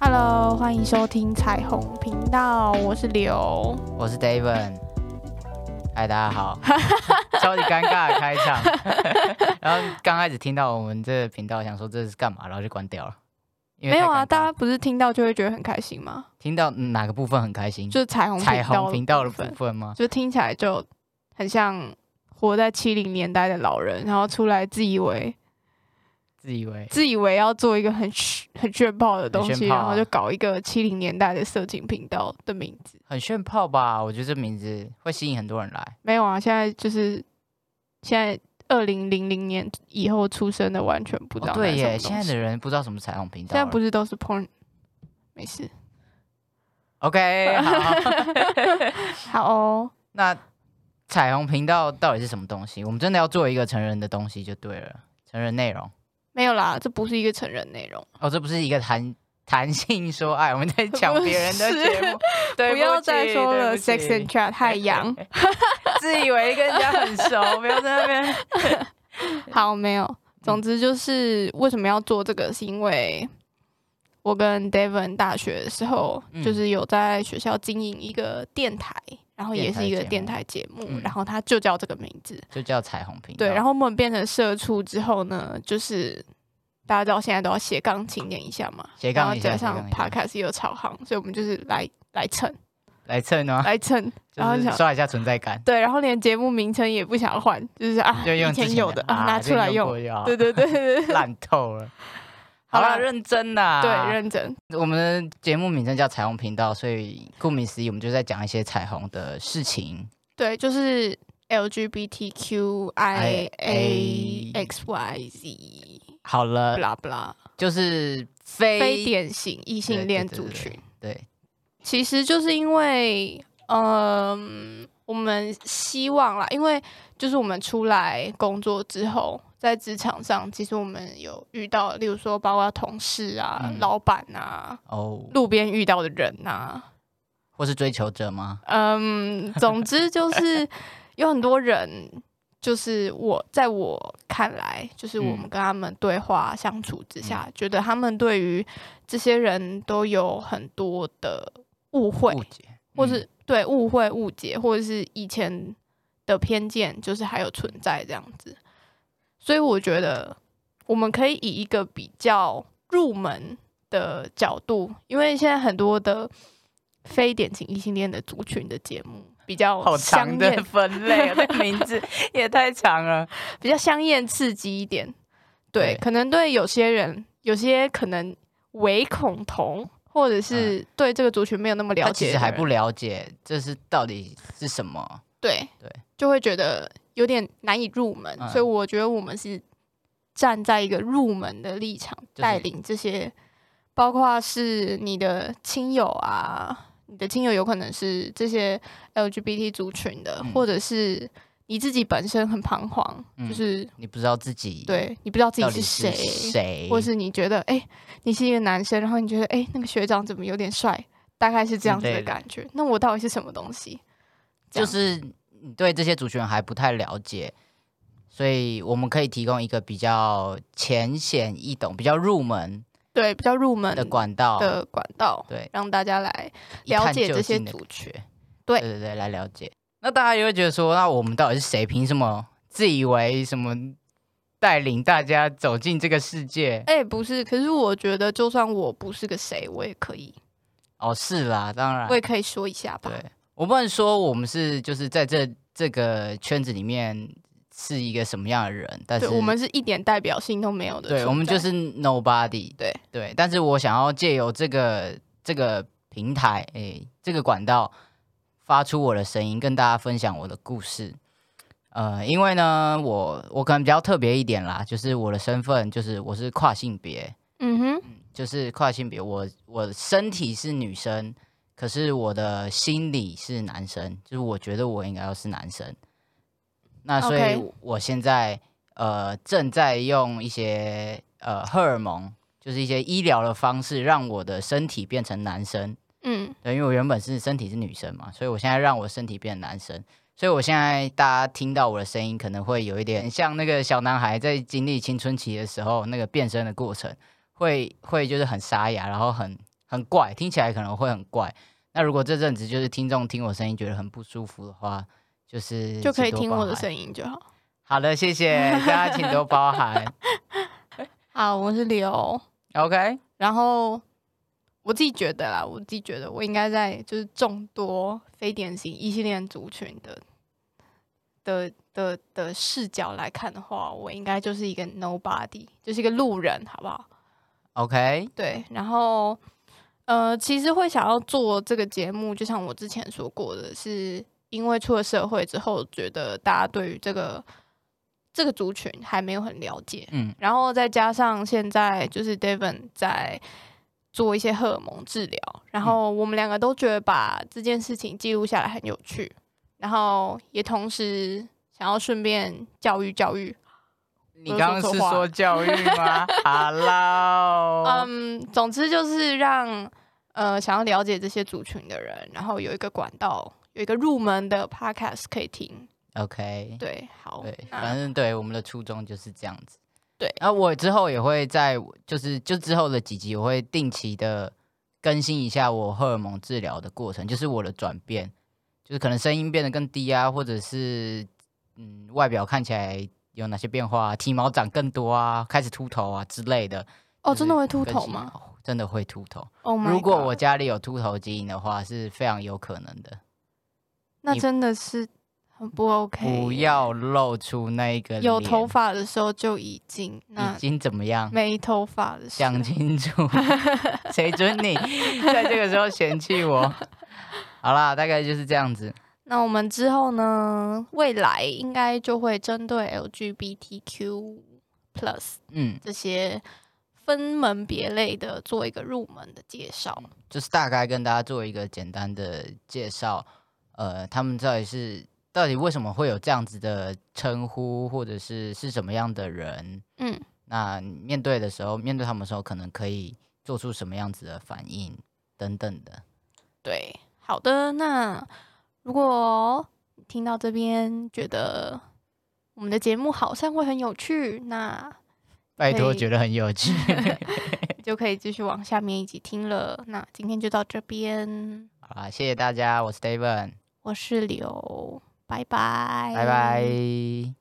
Hello，欢迎收听彩虹频道，我是刘。我是 David。嗨，大 家好，超级尴尬的开场。 然后刚开始听到我们这个频道，想说这是干嘛，然后就关掉了。因为没有太啊，尴尬大家不是听到就会觉得很开心吗？听到哪个部分很开心？就是彩虹彩虹频道的部部分，分吗？就听起来就很像活在七零年代的老人，然后出来自以为自以为自以为要做一个很炫很炫炮的东很西，炫炮啊然后就搞一个七零年代的色情频道的名字。很炫炮吧？我觉得这名字会吸引很多人来。没有啊，现在就是现在二零零零年以后出生的，完全不知道、哦对耶，现在的人不知道什么彩虹频道现了。在不是都是 porn，没事。 OK 好。 好哦，那彩虹频道到底是什么东西？我们真的要做一个成人的东西就对了，成人内容。没有啦，这不是一个成人内容，哦，这不是一个谈谈性说爱，我 们在讲别人的节目，对不要起再说对了。不起 Sex and Chat 太阳，自以为跟人家很熟，不要在那边。 好没有。总之就是为什么要做这个，是因为我跟 Devon 大学的时候，嗯就是有在学校经营一个电台，然后也是一个电台节目，嗯然后它就叫这个名字。就叫彩虹频道。对，然后后我们变成社畜之后呢，就是大家知道现在都要斜杠青年一下嘛，斜然杠后一下加斜杠上一下 podcast 又超行，所以我们就是来来蹭来蹭哦，来蹭， 然后就是想刷一下存在 感，对，然后连节目名称也不想换，就是啊，就用以之前前有的的啊拿出来用，，对对对，对 对对烂透了。 好好啦了，认真啦。对，认真，我们的节目名称叫彩虹频道，所以顾名思义，我们就在讲一些彩虹的事情。对，就是 LGBTQIA XYZ，好不了，啦不啦，就是非非典型异性对对恋对族对群。对其实就是因为，嗯、我们希望啦，因为就是我们出来工作之后，在职场上，其实我们有遇到，例如说包括同事啊、嗯老板啊、哦，路边遇到的人啊，或是追求者吗？嗯，总之就是有很多人。就是我，在我看来，就是我们嗯跟他们对话相处之下，觉得他们对于这些人都有很多的误会，误解，或嗯是对误会、误解，或者是以前的偏见，就是还有存在这样子。所以我觉得我们可以以一个比较入门的角度，因为现在很多的非典型异性恋的族群的节目比较好香长的，艳 分类、啊，这名字也太长了。比较香艳刺激一点。对，对可能对有些人，有些可能唯恐同，或者是对这个族群没有那么了嗯他解其的人，实还不了解这是到底是什么，对对，就会觉得有点难以入门，嗯所以我觉得我们是站在一个入门的立场，是带领这些，包括是你的亲友啊，你的亲友有可能是这些 LGBT 族群的，嗯或者是你自己本身很彷徨，嗯就是你不知道自己对你不知道自到己底谁。谁，或是你觉得，哎、你是一个男生，然后你觉得，哎、那个学长怎么有点帅，大概是这样子之的类的感觉。那我到底是什么东西？这就样是你对这些族群还不太了解，所以我们可以提供一个比较浅显易懂、比较入门对，比较入门的管道，的管道，对，让大家来一探了解究这些竟的族群感觉对对对对，来了解。那大家也会觉得说，那我们到底是谁？凭什么自以为什么带领大家走进这个世界？哎、不是，可是我觉得，就算我不是个谁，我也可以，哦，是啦，当然我，也可以说一下吧。对，我不能说我们是就是在这这个圈子里面是一个什么样的人，但对，是我们是一点代表性都没有的存在。对我们就是 nobody，对对，但是我想要借由这个这个平台，诶，这个管道发出我的声音，跟大家分享我的故事。呃，因为呢，我我可能比较特别一点啦，就是我的身份就是我是跨性别，嗯哼，就是跨性别，我我身体是女生，可是我的心理是男生，就是我觉得我应该要是男生。那所以 OK 我现在呃正在用一些呃荷尔蒙，就是一些医疗的方式，让我的身体变成男生。嗯，对，因为我原本是身体是女生嘛，所以我现在让我身体变男生，所以我现在大家听到我的声音，可能会有一点像那个小男孩在经历青春期的时候那个变身的过程，会会就是很沙哑，然后很很怪，听起来可能会很怪。那如果这阵子就是听众听我声音觉得很不舒服的话，就是就可以请多听包我的涵声音就好。好的，谢谢大家，请多包涵。好，我是刘， OK，然后我自己觉得啦，我自己觉得我应该在就是众多非典型异性恋族群的的的的视角来看的话，我应该就是一个 nobody，就是一个路人，好不好？ OK，对，然后呃，其实会想要做这个节目，就像我之前说过的是，因为出了社会之后，觉得大家对于这个这个族群还没有很了解，嗯，然后再加上现在就是 Devon 在做一些荷尔蒙治疗，然后我们两个都觉得把这件事情记录下来很有趣，然后也同时想要顺便教育教育，你刚我刚说是错话说教育 吗？Hello，嗯，总之就是让呃想要了解这些族群的人，然后有一个管道，有一个入门的 podcast 可以听。 OK，对，好，对，哦那反正对我们的初衷就是这样子。对那我之后也会在，就是就之后的几集，我会定期的更新一下我荷尔蒙治疗的过程，就是我的转变，就是可能声音变得更低啊，或者是嗯外表看起来有哪些变化、啊，体毛长更多啊，开始秃头啊之类的。哦，就是真的会秃更头新吗？？哦真的会秃头。哦、如果我家里有秃头基因的话，是非常有可能的。那你真的是很不 OK，不耶要露出那一个有脸头发的时候就已经，那已经怎么样？没头发的时候想清楚， 谁准你在这个时候嫌弃我？好啦，大概就是这样子。那我们之后呢，未来应该就会针对 LGBTQ plus 嗯，这些分门别类的做一个入门的介绍。就是大概跟大家做一个简单的介绍，呃，他们到底是到底为什么会有这样子的称呼，或者是是什么样的人？嗯，那你面对的时候，面对他们的时候，可能可以做出什么样子的反应等等的。对，好的，那如果听到这边觉得我们的节目好像会很有趣，那拜托，可以觉得很 有趣。就可以继续往下面一起听了。那今天就到这边，好啦，谢谢大家，我是 Steven，我是刘，拜拜，拜拜。